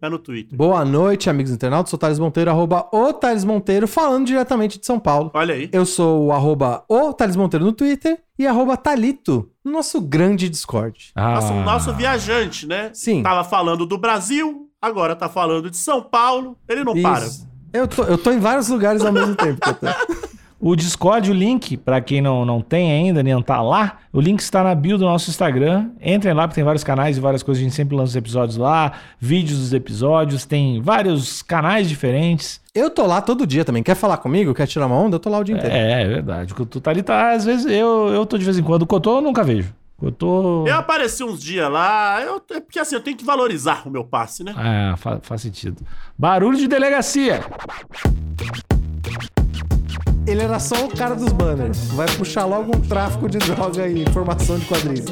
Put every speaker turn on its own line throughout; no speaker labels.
lá no Twitter.
Boa noite, amigos internautas. Sou Thales Monteiro, arroba o Thales Monteiro, falando diretamente de São Paulo.
Olha aí.
Eu sou o arroba o Thales Monteiro no Twitter e arroba Talito no nosso grande Discord.
Ah,
Nosso, nosso viajante, né?
Sim.
Tava falando do Brasil, agora tá falando de São Paulo. Ele não para.
Isso. Eu tô, eu tô em vários lugares ao mesmo tempo. Tetê.
O Discord, o link, para quem não, não tem ainda, nem tá lá, o link está na bio do nosso Instagram. Entrem lá, porque tem vários canais e várias coisas. A gente sempre lança os episódios lá, vídeos dos episódios, tem vários canais diferentes.
Eu tô lá todo dia também. Quer falar comigo? Quer tirar uma onda? Eu tô lá o dia inteiro.
É, é verdade. O tu tá ali, tá, às vezes eu, eu tô de vez em quando. O Cotô eu nunca vejo. Cotô.
É
Eu apareci uns dias lá, eu, é porque assim, eu tenho que valorizar o meu passe, né?
Ah, fa- faz sentido. Barulho de delegacia.
Ele era só o cara dos banners. Vai puxar logo um tráfico de droga e formação de quadris.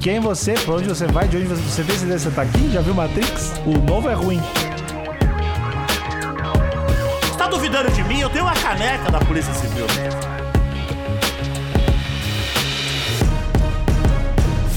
Quem você, pra onde você vai, de onde você, você tem certeza que você tá aqui? Já viu Matrix? O novo é ruim.
Você tá duvidando de mim? Eu tenho uma caneca da Polícia Civil.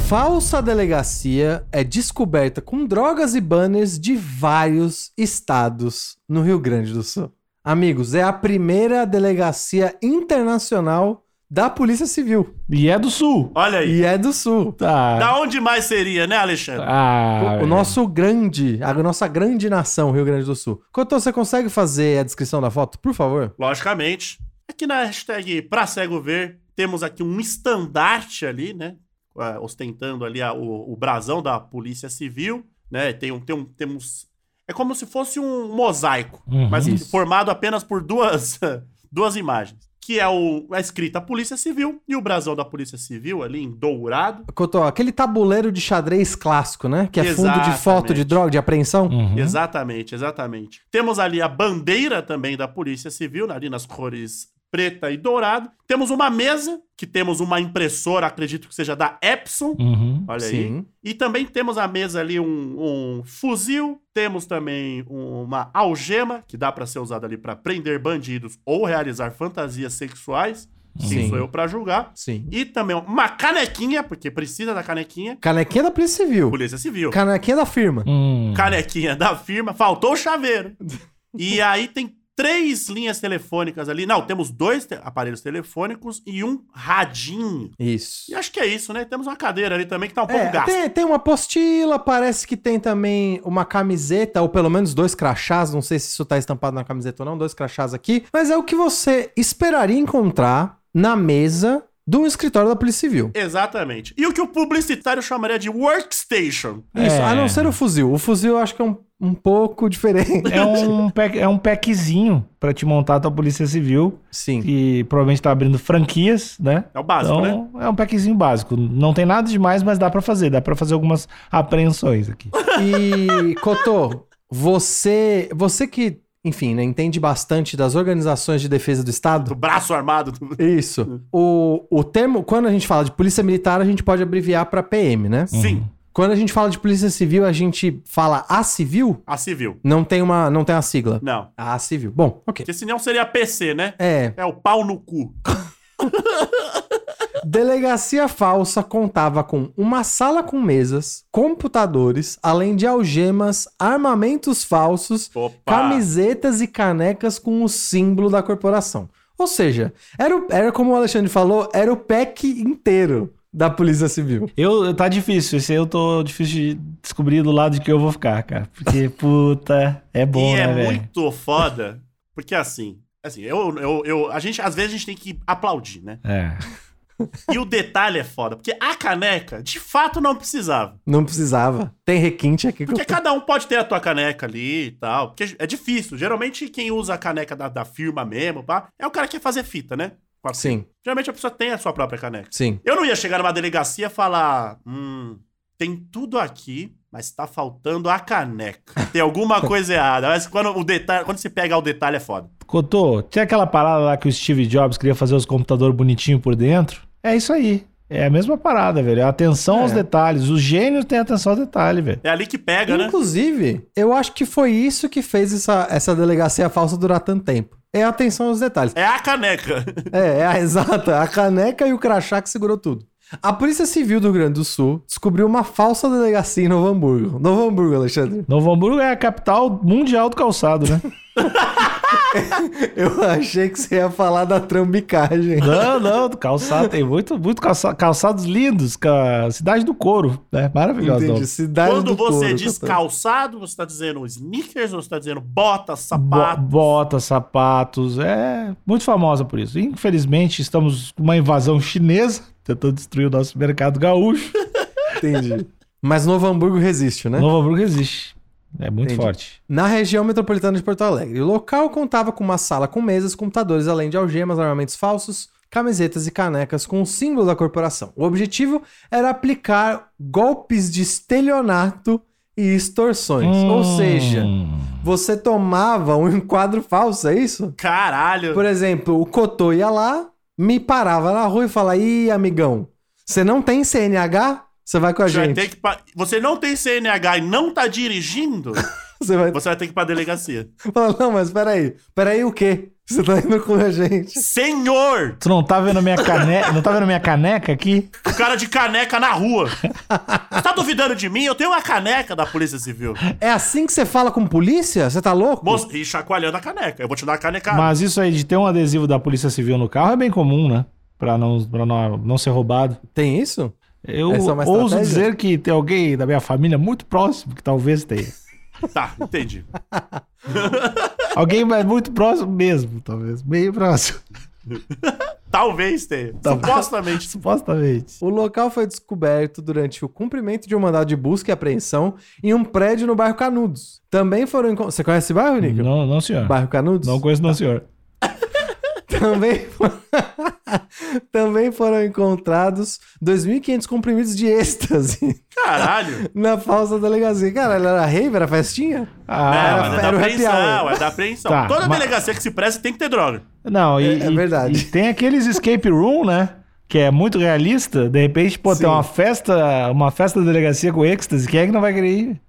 Falsa delegacia é descoberta com drogas e banners de vários estados no Rio Grande do Sul. Amigos, é a primeira delegacia internacional da Polícia Civil.
E é do sul.
Olha aí.
E é do Sul.
Tá.
Da onde mais seria, né, Alexandre?
Ah,
O, o nosso grande, a nossa grande nação, Rio Grande do Sul. Cotô, você consegue fazer a descrição da foto, por favor?
Logicamente. Aqui na hashtag Pra Cego Ver, temos aqui um estandarte ali, né? ah, Ostentando ali a- o, o brasão da Polícia Civil, né? Tem um, tem um, temos. É como se fosse um mosaico,
Uhum.
mas
Isso.
formado apenas por duas, duas imagens. Que é o, a escrita Polícia Civil e o brasão da Polícia Civil ali em dourado.
Cotô, aquele tabuleiro de xadrez clássico, né? Que é fundo de foto de
Exatamente.
droga, de apreensão.
Uhum.
Exatamente, exatamente. Temos ali a bandeira também da Polícia Civil, né, ali nas cores preta e dourado. Temos uma mesa, que temos uma impressora, acredito que seja da Epson.
Uhum.
Olha aí.
Sim.
E também temos à mesa ali um, um fuzil, temos também uma algema, que dá pra ser usada ali pra prender bandidos ou realizar fantasias sexuais. Quem
Sim.
sou eu pra julgar.
Sim.
E também uma canequinha, porque precisa da canequinha.
Canequinha da Polícia Civil.
Polícia Civil.
Canequinha da firma.
Hum.
canequinha da firma, faltou o chaveiro. E aí tem três linhas telefônicas ali. Não, temos dois te- aparelhos telefônicos e um radinho.
Isso.
E acho que é isso, né? Temos uma cadeira ali também que tá um pouco
É,
gasta.
tem, tem uma apostila, parece que tem também uma camiseta, ou pelo menos dois crachás, não sei se isso tá estampado na camiseta ou não, dois crachás aqui, mas é o que você esperaria encontrar na mesa de um escritório da Polícia Civil.
Exatamente. E o que o publicitário chamaria de workstation.
Isso,
É.
a não ser o fuzil. O fuzil eu acho que é um, um pouco diferente.
É um, pack, é um packzinho pra te montar a tua polícia civil,
Sim.
que provavelmente tá abrindo franquias, né?
É o básico, né?
então, é um packzinho básico. Não tem nada demais, mas dá pra fazer. Dá pra fazer algumas apreensões aqui.
E, Cotô, você, você que, enfim, né, entende bastante das organizações de defesa do Estado,
Do braço armado.
Uhum.
do-
Isso. O, o termo, quando a gente fala de polícia militar, a gente pode abreviar pra PM, né?
Sim,
Quando a gente fala de polícia civil, a gente fala a civil,
a civil.
não tem uma, não tem a sigla.
Não.
A civil. Bom, ok.
Porque senão seria PC, né?
É,
É o pau no cu.
delegacia falsa contava com uma sala com mesas, computadores, além de algemas, armamentos falsos,
Opa.
camisetas e canecas com o símbolo da corporação. Ou seja, era, o- era como o Alexandre falou, era o pack inteiro da polícia civil.
Eu, tá difícil, esse aí eu tô difícil de descobrir do lado de que eu vou ficar, cara. Porque, puta, é bom,
e
né,
é
velho?
muito foda, porque assim, assim, eu, eu, eu, a gente, às vezes a gente tem que aplaudir, né?
É.
E o detalhe é foda, porque a caneca, de fato, não precisava.
Não precisava. Tem requinte aqui.
Porque cada um pode ter a tua caneca ali e tal. Porque é difícil. Geralmente, quem usa a caneca da, da firma mesmo, pá, é o cara que quer fazer fita, né? Com a-
Sim,
Geralmente a pessoa tem a sua própria caneca.
sim.
Eu não ia chegar numa delegacia e falar. Hum. tem tudo aqui, mas tá faltando a caneca. Tem alguma coisa errada. Mas quando, o detalhe, quando você pega o detalhe é foda.
Cotô, tinha aquela parada lá que o Steve Jobs queria fazer os computadores bonitinhos por dentro? É isso aí. É a mesma parada, velho. É atenção aos
É.
detalhes. Os gênios têm atenção ao detalhe, velho.
É ali que pega, né?
Inclusive, eu acho que foi isso que fez essa, essa delegacia falsa durar tanto tempo. É a atenção aos detalhes.
É a caneca.
É, é a exata. A caneca e o crachá que segurou tudo. A Polícia Civil do Rio Grande do Sul descobriu uma falsa delegacia em Novo Hamburgo. Novo Hamburgo, Alexandre.
Novo Hamburgo é a capital mundial do calçado, né?
Eu achei que você ia falar da trambicagem.
não, não, do calçado. Tem muito, muito calça- calçados lindos. ca- Cidade do couro, né? Maravilhosa.
Entendi.
Nova.
Cidade
Quando
do
você
couro,
diz
tá?
calçado, você tá dizendo sneakers ou você tá dizendo bota,
Bo-
sapato?
Botas, sapatos, é muito famosa por isso. Infelizmente, estamos com uma invasão chinesa tentando destruir o nosso mercado gaúcho.
Entendi. Mas Novo Hamburgo resiste, né?
Novo Hamburgo existe. É muito
Entendi.
forte.
Na região metropolitana de Porto Alegre. O local contava com uma sala com mesas, computadores, além de algemas, armamentos falsos, camisetas e canecas com o símbolo da corporação. O objetivo era aplicar golpes de estelionato e extorsões.
Hum.
Ou seja, você tomava um enquadro falso, é isso?
Caralho.
Por exemplo, o Cotô ia lá, me parava na rua e falava: Ih, amigão, você não tem CNH? Você vai com a
Você, vai
gente.
ter que pa- você não tem CNH e não tá dirigindo,
Você vai
você vai ter que ir pra delegacia.
falar, não, mas peraí. Peraí o quê? Você tá indo com a gente.
Senhor!
Tu não tá vendo minha caneca? não tá vendo minha caneca aqui?
O cara de caneca na rua. Você tá duvidando de mim? Eu tenho uma caneca da Polícia Civil.
É assim que você fala com polícia? Você tá louco?
Moço, e chacoalhando a caneca. Eu vou te dar a canecada.
Mas isso aí de ter um adesivo da Polícia Civil no carro é bem comum, né? Pra não, pra não, não ser roubado.
Tem isso?
Eu
Essa é uma
ouso
estratégia?
dizer que tem alguém da minha família muito próximo que talvez tenha.
Tá, entendi.
alguém mas muito próximo mesmo, talvez. Bem próximo,
Talvez tenha.
Tá
Supostamente.
supostamente.
O local foi descoberto durante o cumprimento de um mandado de busca e apreensão em um prédio no bairro Canudos. Também foram encontrados. Você conhece esse bairro, Nico?
Não, não, senhor.
Bairro Canudos?
Não conheço, não, senhor.
Também, fo- Também foram encontrados 2.500 comprimidos de êxtase
Caralho.
na falsa delegacia. Cara, ela era rave, era festinha?
Não,
Ah,
mas é da
fera o happy
apreensão,
hour.
é da apreensão.
Tá,
Toda
mas-
delegacia que se preza tem que ter droga.
não, e,
É- é
e-
verdade.
e tem aqueles escape room, né? Que é muito realista. De repente, pô,
Sim.
tem uma festa, uma festa da delegacia com êxtase. Quem é que não vai querer ir?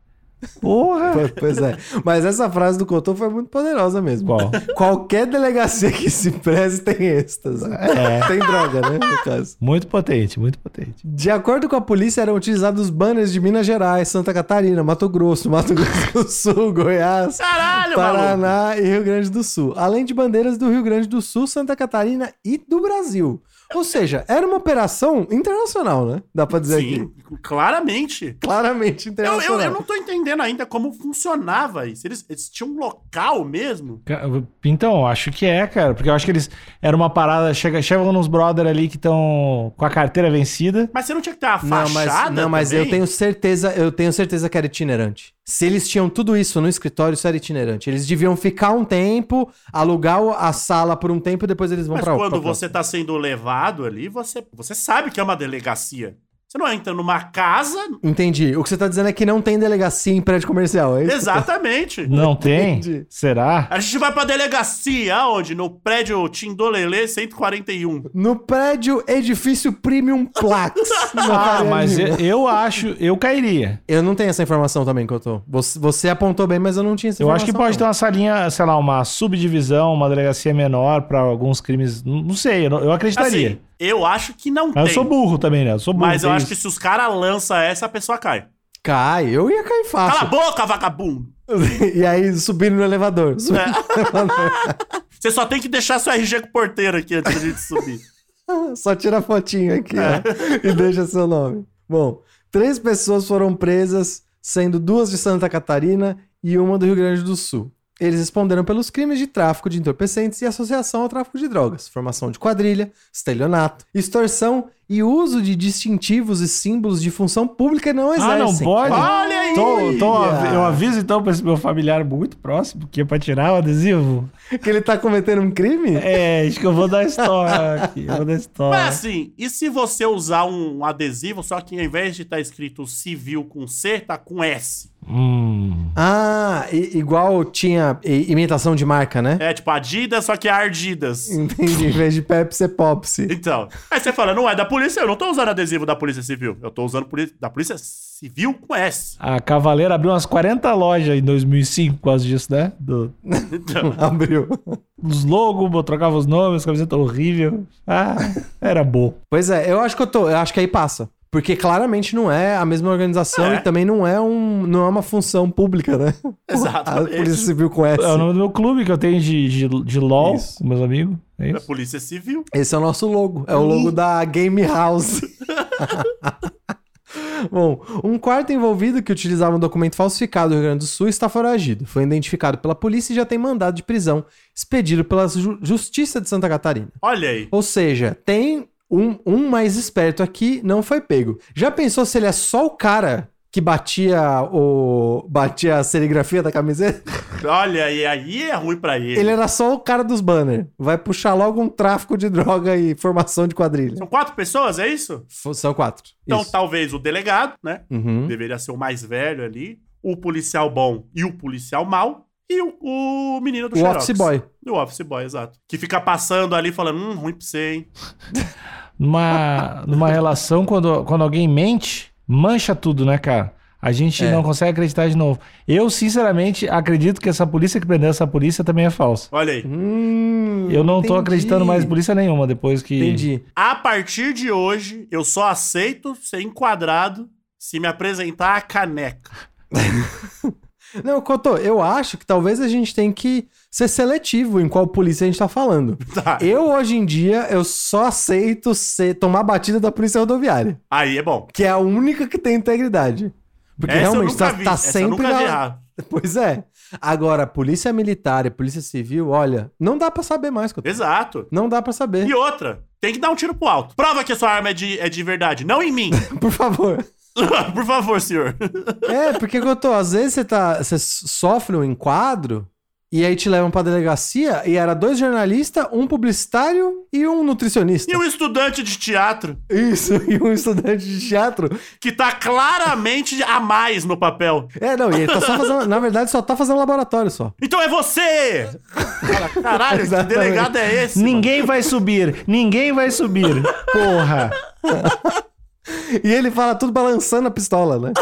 Porra!
Po- Pois é. Mas essa frase do Cotô foi muito poderosa mesmo.
Bom,
Qualquer delegacia que se preze tem êxtase.
é.
Tem droga, né? No caso.
Muito potente, muito potente.
De acordo com a polícia, eram utilizados banners de Minas Gerais, Santa Catarina, Mato Grosso, Mato Grosso do Sul, Goiás, Tá
Caralho, maluco.
Paraná e Rio Grande do Sul. Além de bandeiras do Rio Grande do Sul, Santa Catarina e do Brasil. Ou seja, era uma operação internacional, né? Dá pra dizer aqui.
Sim, claramente.
Claramente
Eu,
internacional.
eu, eu não tô entendendo ainda como funcionava isso. Eles, eles tinham um local mesmo?
Ca- Então, eu acho que é, cara. Porque eu acho que eles. Era uma parada. Chega, chegam nos brother ali que estão com a carteira vencida.
Mas você não tinha que ter uma
Não,
fachada
mas, não, mas eu
também?
tenho certeza, eu tenho certeza que era itinerante. Se eles tinham tudo isso no escritório, isso era itinerante. Eles deviam ficar um tempo, alugar a sala por um tempo e depois eles vão
Mas
pra outra.
quando
pra
você tá sendo levado ali, você, você sabe que é uma delegacia. Você não entra numa casa...
Entendi. O É que você tá dizendo é que não tem delegacia em prédio comercial, é isso?
Exatamente.
Não tem?
Entendi.
Será?
A gente vai pra delegacia, aonde? No prédio Tindolelê 141.
No prédio edifício Premium Plax. na
Ah,
Faria
mas
Lima.
eu, eu acho. Eu cairia.
Eu não tenho essa informação também, Cotô. Você, você apontou bem, mas eu não tinha essa
Eu acho
informação.
que pode ter
não.
uma salinha, sei lá, uma subdivisão, uma delegacia menor pra alguns crimes. Não não sei, eu, não- eu acreditaria.
Assim, eu acho que não
Mas
tem.
eu sou burro também, né? Eu sou burro.
mas eu
tem
acho que
isso.
se os caras lançam essa, a pessoa cai.
Cai, eu ia cair
Cala a
fácil.
boca, vagabundo!
e aí, subindo no elevador. Subindo no elevador.
Você só tem que deixar seu RG com o porteiro aqui antes da gente subir.
Só tira a fotinho aqui, ó, e deixa seu nome. Bom, três pessoas foram presas, sendo duas de Santa Catarina e uma do Rio Grande do Sul. Eles responderam pelos crimes de tráfico de entorpecentes e associação ao tráfico de drogas, formação de quadrilha, estelionato, extorsão e uso de distintivos e símbolos de função pública e não
Ah,
exercem.
não pode?
Olha aí!
Tô- tô- eu aviso então pra esse meu familiar muito próximo que é pra tirar o adesivo.
Que ele tá cometendo um crime?
É, acho que eu vou dar história aqui. Eu vou dar história.
Mas assim, e se você usar um adesivo, só que ao invés de estar escrito civil com C, tá com S?
Hum.
Ah, i- igual tinha i- imitação de marca, né?
É tipo Adidas, só que é Ardidas.
Entendi. Em vez de Pepsi, é Popsi.
Então, aí você fala, não é da polícia, eu não tô usando adesivo da polícia civil. Eu tô usando poli- da polícia civil com S.
A Cavaleira abriu umas 40 lojas em 2005 por causa disso, né? Do,
Então,
Abriu.
dos logos, trocava os nomes, camiseta horrível. Ah, era bom.
Pois é, eu acho que eu tô. Eu acho que aí passa. Porque claramente não é a mesma organização
É.
e também não é um. não é uma função pública, né? A
exatamente.
Polícia Civil com S.
É o nome do meu clube que eu tenho de, de, de LOL
Isso.
com meus amigos. É
Da
isso?
polícia civil.
Esse é o nosso logo. É o logo da Game House. Bom, um quarto envolvido que utilizava um documento falsificado do Rio Grande do Sul está foragido. Foi identificado pela polícia e já tem mandado de prisão, expedido pela Ju- Justiça de Santa Catarina.
Olha aí.
Ou seja, tem um, um mais esperto aqui, não foi pego. Já pensou se ele é só o cara que batia o batia a serigrafia da camiseta?
Olha aí, aí é ruim pra ele.
Ele era só o cara dos banners. Vai puxar logo um tráfico de droga e formação de quadrilha. tá.
São quatro pessoas, é isso?
F- São quatro.
Então,
Isso.
talvez o delegado, né?
Uhum.
Deveria ser o mais velho ali. O policial bom e o policial mau. E o, o menino do
O
Xerox.
office boy.
E O office boy, exato. Que fica passando ali falando, hum, ruim pra você, hein?
Numa, numa relação, quando, quando alguém mente, mancha tudo, né, cara? A gente
É.
não consegue acreditar de novo. Eu, sinceramente, acredito que essa polícia que prendeu essa polícia também é falsa.
Olha aí.
Hum,
Eu não tô
entendi.
acreditando mais em polícia nenhuma depois que.
Entendi.
A partir de hoje, eu só aceito ser enquadrado se me apresentar a caneca.
Não, Cotô, eu acho que talvez a gente tenha que ser seletivo em qual polícia a gente tá falando.
Tá.
Eu, hoje em dia, eu só aceito ser, tomar batida da polícia rodoviária,
Aí é bom.
que é a única que tem integridade. Porque
Essa eu
realmente
nunca
tá,
vi.
tá
Essa eu
sempre.
nunca vi
na...
errar.
Pois é. Agora, polícia militar e polícia civil, olha, não dá pra saber mais, Cotô.
Exato.
Não dá pra saber.
E outra, tem que dar um tiro pro alto. Prova que a sua arma é de, é de verdade, não em mim.
Por favor.
Por favor, senhor.
É, porque que eu tô, às vezes você tá, você sofre um enquadro e aí te levam pra delegacia e era dois jornalistas, um publicitário e um nutricionista.
E um estudante de teatro
Isso, e um estudante de teatro.
que tá claramente a mais no papel.
É, não, e ele tá só fazendo, na verdade, só tá fazendo laboratório só.
Então é você! Fala, Caralho, que
Exatamente.
delegado é esse? mano?
Ninguém vai subir, ninguém vai subir. Porra.
E ele fala tudo balançando a pistola, né?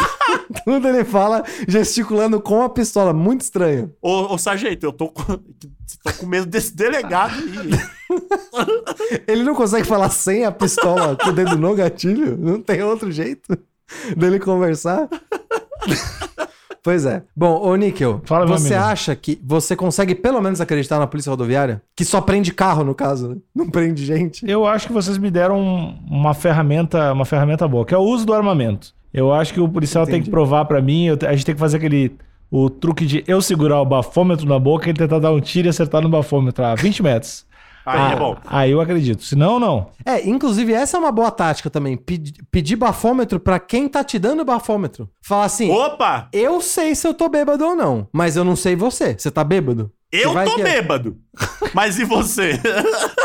tudo ele fala gesticulando com a pistola, muito estranho.
Ô, ô, sargento, eu tô com, tô com medo desse delegado aí.
Ele não consegue falar sem a pistola com o dedo no gatilho? Não tem outro jeito dele conversar? pois é. Bom, ô Níquel,
Fala, meu
você
amigo.
acha que você consegue pelo menos acreditar na polícia rodoviária? Que só prende carro, no caso, né? Não prende gente.
Eu acho que vocês me deram um- uma ferramenta, uma ferramenta boa, que é o uso do armamento. Eu acho que o policial tem que
Entendi.
provar pra mim, eu te- a gente tem que fazer aquele o truque de eu segurar o bafômetro na boca e ele tentar dar um tiro e acertar no bafômetro a 20 metros.
Aí
Ah.
é bom.
Aí eu acredito. Se não, não.
É, inclusive essa é uma boa tática também. Pedi- pedir bafômetro pra quem tá te dando bafômetro. Falar assim.
Opa!
Eu sei se eu tô bêbado ou não, mas eu não sei você. Você tá bêbado?
Eu
Você vai
tô
é.
que-
bêbado. Mas e você?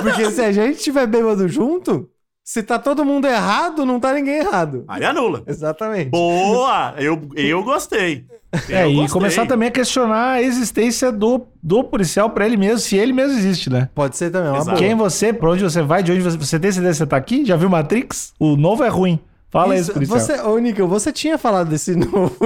Porque se a gente tiver bêbado junto, se tá todo mundo errado, não tá ninguém errado.
Aí anula.
Exatamente.
Ah. Boa! Eu, eu gostei. Eu
é, e
gostei.
começar também a questionar a existência do, do policial pra ele mesmo, se ele mesmo existe, né?
Pode ser também, é uma
Exato.
boa.
Quem você, pra onde você vai, de onde você, você tem certeza que você tá aqui? Já viu Matrix? O novo é ruim. Fala isso, policial.
Você, ô, Nico, você tinha falado desse novo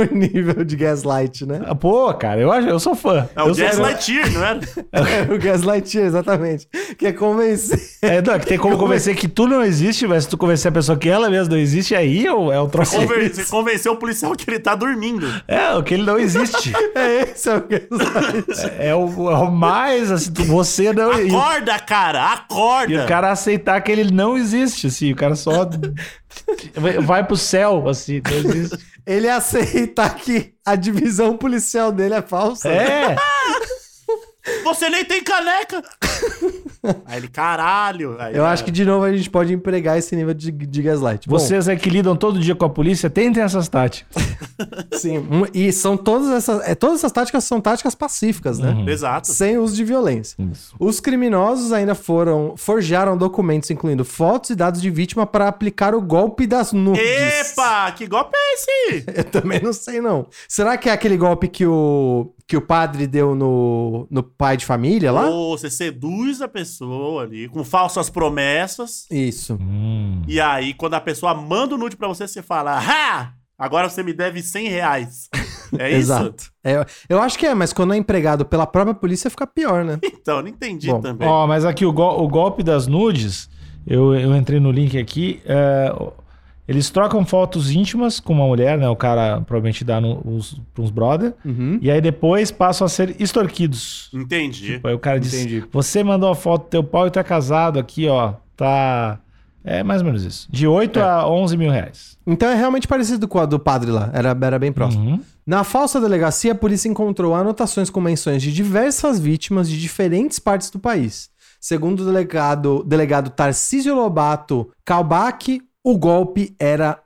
nível de gaslight, né?
Ah, Pô, cara, eu, acho- eu sou fã.
É o
eu sou
Jazz
fã.
Lightyear, não era?
É, o gaslight, exatamente. Que é convencer.
É, não, é que tem como convencer que tu não existe, mas se tu convencer a pessoa que ela mesma não existe, aí é o, é o troço.
Conver- Você convenceu o policial que ele tá dormindo.
É, o que ele não existe.
É esse é o gaslight.
É o, é o mais, assim, tu- você não. E,
Acorda, cara!
e o
Acorda!
cara aceitar que ele não existe, assim, o cara só Vai- Vai pro céu, assim. Deus diz-
Ele aceita que a divisão policial dele é falsa.
É!
Você nem tem caneca! Aí ele, caralho! Aí,
Eu acho que de novo a gente pode empregar esse nível de, de gaslight. Bom,
Vocês aí que lidam todo dia com a polícia, tentem essas táticas.
sim. um- E são todas essas. é, todas essas táticas são táticas pacíficas,
Uhum.
né?
É. Exato.
Sem uso de violência.
Isso.
Os criminosos ainda foram forjaram documentos incluindo fotos e dados de vítima para aplicar o golpe das nudes.
Epa, que golpe é esse?
Eu também não sei não. Será que é aquele golpe que o que o padre deu no, no pai de família É lá?
Ou você seduz a pessoa ali com falsas promessas.
Isso.
Hum.
E aí, quando a pessoa manda o nude pra você, você fala, ha! Agora você me deve 100 reais. É isso?
Exato. É, eu acho que é, mas quando é empregado pela própria polícia fica pior, né?
Então, não entendi
Bom,
também.
Ó, mas aqui o, gol- o golpe das nudes, eu, eu entrei no link aqui. é, o- eles trocam fotos íntimas com uma mulher, né? O cara provavelmente dá no, uns, pra uns brother.
Uhum.
E aí depois passam a ser extorquidos.
Entendi.
Aí o cara diz:
Entendi.
Você mandou a foto do teu pau e tu é casado aqui, ó. Tá. É mais ou menos isso. De 8
É.
a 11 mil reais.
Então é realmente parecido com a do padre lá. Era, era bem próximo.
Uhum.
Na falsa delegacia, a polícia encontrou anotações com menções de diversas vítimas de diferentes partes do país. Segundo o delegado, delegado Tarcísio Lobato Kalbach, o golpe era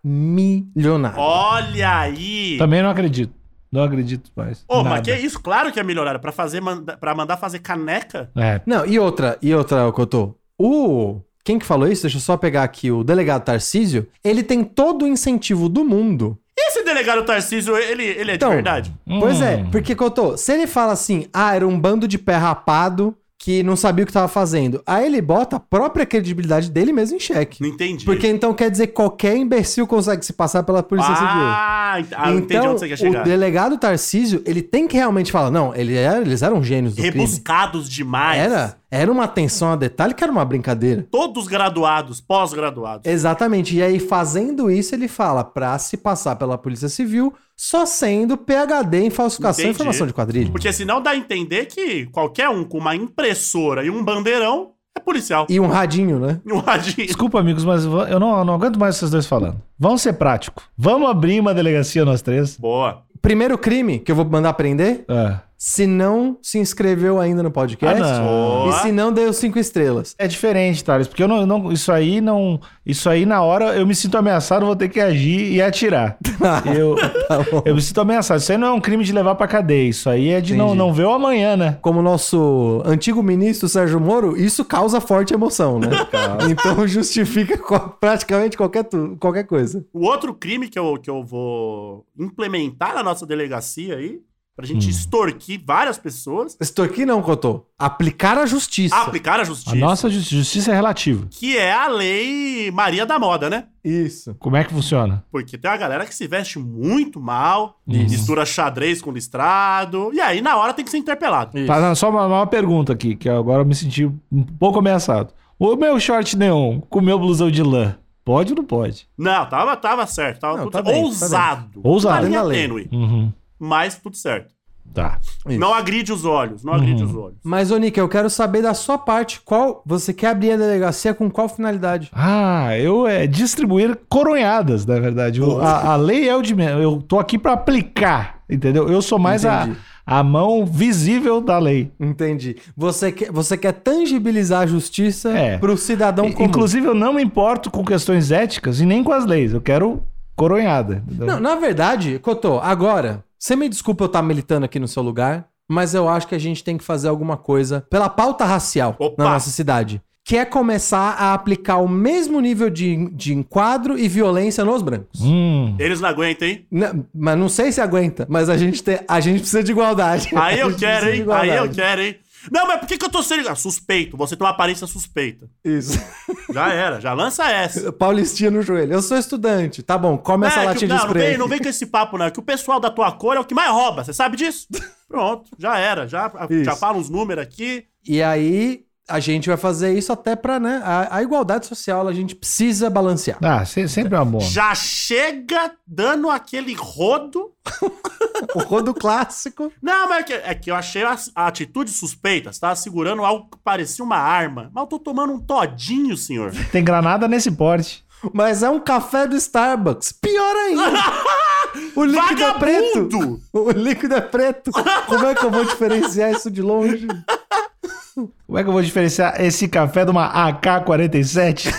milionário.
Olha aí!
Também não acredito. Não acredito mais.
Ô,
Nada.
mas que isso? Claro que é milionário. Pra, fazer, manda- pra mandar fazer caneca?
É.
Não, e outra, e outra, Cotô. O. Quem que falou isso? Deixa eu só pegar aqui o delegado Tarcísio. Ele tem todo o incentivo do mundo
E esse delegado Tarcísio, ele, ele é
Então,
de verdade?
Pois é,
Hum.
porque, Cotô, se ele fala assim, ah, era um bando de pé rapado que não sabia o que tava fazendo, aí ele bota a própria credibilidade dele mesmo em xeque.
Não entendi.
Porque então quer dizer que qualquer imbecil consegue se passar pela Polícia Civil.
ah, ent- ah, eu entendi
então,
onde você quer chegar.
o delegado Tarcísio, ele tem que realmente falar, não, ele era- eles eram gênios do crime.
Rebuscados demais.
Era, era uma atenção a detalhe que era uma brincadeira.
Todos graduados, pós-graduados.
É. Exatamente, e aí fazendo isso ele fala pra se passar pela Polícia Civil só sendo PHD em falsificação e
Entendi.
informação de quadrilha.
Porque senão dá a entender que qualquer um com uma impressora e um bandeirão é policial.
E um radinho, né?
E um radinho.
Desculpa, amigos, mas va- eu não, eu não aguento mais vocês dois falando. Vamos ser prático. Vamos abrir uma delegacia nós três.
Boa.
Primeiro crime que eu vou mandar prender,
É,
se não se inscreveu ainda no podcast.
Ah, não.
E se não deu cinco estrelas.
É diferente, Thales, porque eu não, eu não- Isso aí não. Isso aí, na hora, eu me sinto ameaçado, vou ter que agir e atirar. Eu,
Tá
eu me sinto ameaçado. Isso aí não é um crime de levar pra cadeia. Isso aí é de não,
Entendi.
não ver o amanhã, né?
Como nosso antigo ministro Sérgio Moro, isso causa forte emoção, né? então justifica co- praticamente qualquer, tu- qualquer coisa.
O outro crime que eu, que eu vou implementar na nossa delegacia aí, pra
Hum.
gente extorquir várias pessoas,
Estou aqui não, Cotô. Aplicar a justiça.
aplicar a
A
justiça.
nossa justi- justiça é relativa.
Que é a lei Maria da Moda, né?
Isso.
Como é que funciona?
Porque tem uma galera que se veste muito mal,
Isso.
mistura xadrez com listrado, e aí na hora tem que ser interpelado.
Isso.
Tá, não, só uma, uma pergunta aqui, que agora eu me senti um pouco ameaçado. O meu short neon com o meu blusão de lã, pode ou não pode?
Não, tava, tava certo. Tava
Não,
tudo
tá
certo.
dentro, tá
ousado.
dentro. Ousado.
Uma linha
Na lei.
tênue,
Uhum.
mas tudo certo.
Tá.
Isso.
Não agride os olhos, não agride
Uhum.
os olhos.
Mas, ô Nick, eu quero saber da sua parte qual você quer abrir a delegacia com qual finalidade.
Ah, eu é distribuir coronhadas, na verdade. Eu- a, a lei é o de menos. Eu tô aqui pra aplicar, entendeu? Eu sou mais a,
Entendi.
a mão visível da lei.
Entendi. Você quer, você quer tangibilizar a justiça
É.
pro cidadão
I-
comum.
Inclusive, eu não me importo com questões éticas e nem com as leis. Eu quero coronhada. entendeu?
Então-
Não, na verdade, Cotô, agora, você me desculpa eu estar militando aqui no seu lugar, mas eu acho que a gente tem que fazer alguma coisa pela pauta racial
Opa!
na nossa cidade. Que é começar a aplicar o mesmo nível de, de enquadro e violência nos brancos.
Hum.
Eles não aguentam, hein?
Não, mas não sei se aguenta, mas a gente, tem, a gente precisa de igualdade.
Aí
A
eu
gente
quero,
precisa de
hein? Aí eu
igualdade.
quero, hein? Não, mas por que, que eu tô sendo. Ah, suspeito. Você tem uma aparência suspeita.
Isso.
Já era, já lança essa.
Paulistinha no joelho. Eu sou estudante. Tá bom, come essa
é, que,
latinha de
não, não
spray.
vem, não vem com esse papo, não. Que o pessoal da tua cor é o que mais rouba, você sabe disso? Pronto, já era. Já, já
Isso.
fala uns números aqui.
E aí a gente vai fazer isso até pra, né? A, a igualdade social a gente precisa balancear.
Ah, se- sempre é uma boa.
Já chega dando aquele rodo.
O rodo clássico.
Não, mas é que, é que eu achei a, a atitude suspeita. Você tava segurando algo que parecia uma arma. Mas eu tô tomando um todinho, senhor.
Tem granada nesse porte.
Mas é um café do Starbucks. Pior ainda. O líquido é preto.
Vagabundo!
O líquido é preto. Como é que eu vou diferenciar isso de longe?
Como é que eu vou diferenciar esse café de uma AK-47?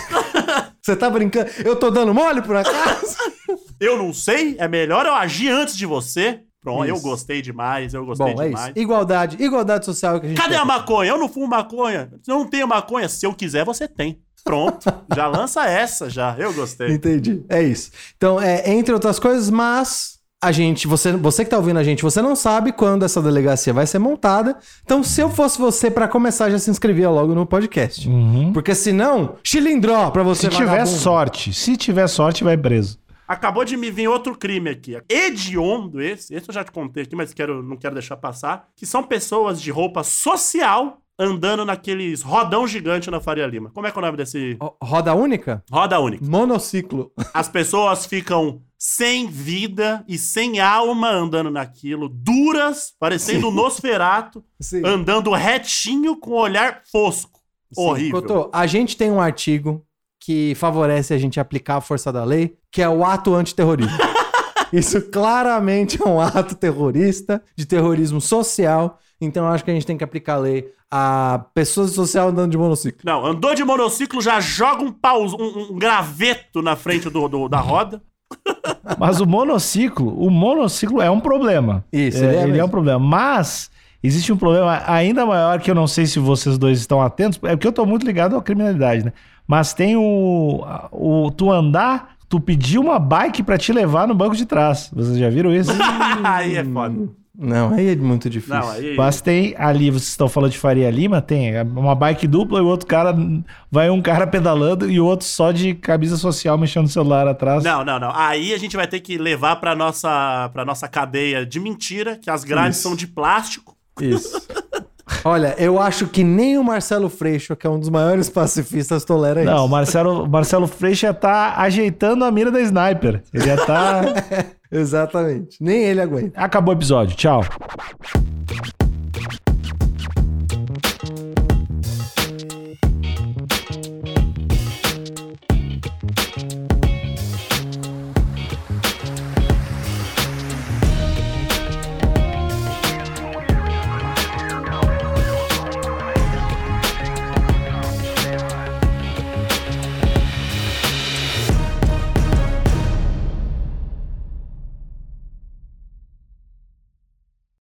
Você tá brincando? Eu tô dando mole por acaso?
Eu não sei, é melhor eu agir antes de você. Pronto, eu
Isso.
gostei demais, eu gostei
Bom, é
demais.
isso. Igualdade. Igualdade social é o que a gente
Cadê
quer.
a maconha? Eu não fumo maconha. Se eu não tenho maconha, se eu quiser, você tem. Pronto, já lança essa já. Eu gostei.
Entendi. É isso. Então, é, entre outras coisas, mas a gente, você, você que tá ouvindo a gente, você não sabe quando essa delegacia vai ser montada. Então, se eu fosse você, pra começar, já se inscrevia logo no podcast. Porque senão, chilindró pra Uhum. você
Se tiver
vagabundo.
sorte, se tiver sorte, vai preso.
Acabou de me vir outro crime aqui. Hediondo esse, esse eu já te contei aqui, mas quero, não quero deixar passar. Que são pessoas de roupa social andando naqueles rodão gigante na Faria Lima. Como é que é o nome desse?
Ro- Roda única?
Roda única.
Monociclo.
As pessoas ficam sem vida e sem alma andando naquilo, duras, parecendo um Nosferato,
Sim.
andando retinho com o olhar fosco.
Sim.
Horrível.
Cotô, a gente tem um artigo que favorece a gente aplicar a força da lei, que é o ato antiterrorismo. Isso claramente é um ato terrorista, de terrorismo social. Então eu acho que a gente tem que aplicar a lei a pessoas social andando de monociclo.
Não, andou de monociclo, já joga um pau, um, um graveto na frente do, do- da roda.
Mas o monociclo, o monociclo é um problema.
Isso,
é,
ele é
ele, é,
mesmo.
um problema. Mas existe um problema ainda maior que eu não sei se vocês dois estão atentos, é porque eu tô muito ligado à criminalidade, né? Mas tem o, o tu andar, tu pedir uma bike pra te levar no banco de trás. Vocês já viram isso?
aí é foda.
um-
Não, aí é muito difícil.
Não, aí.
Mas tem ali, vocês estão falando de Faria Lima, tem uma bike dupla e o outro cara vai um cara pedalando e o outro só de camisa social mexendo o celular atrás.
Não, não, não. Aí a gente vai ter que levar pra nossa, pra nossa cadeia de mentira, que as grades
Isso.
são de plástico.
Isso. Olha, eu acho que nem o Marcelo Freixo, que é um dos maiores pacifistas, tolera isso.
Não, o Marcelo, o Marcelo Freixo já tá ajeitando a mira da sniper. Ele já tá.
Exatamente. Nem ele aguenta.
Acabou o episódio. Tchau.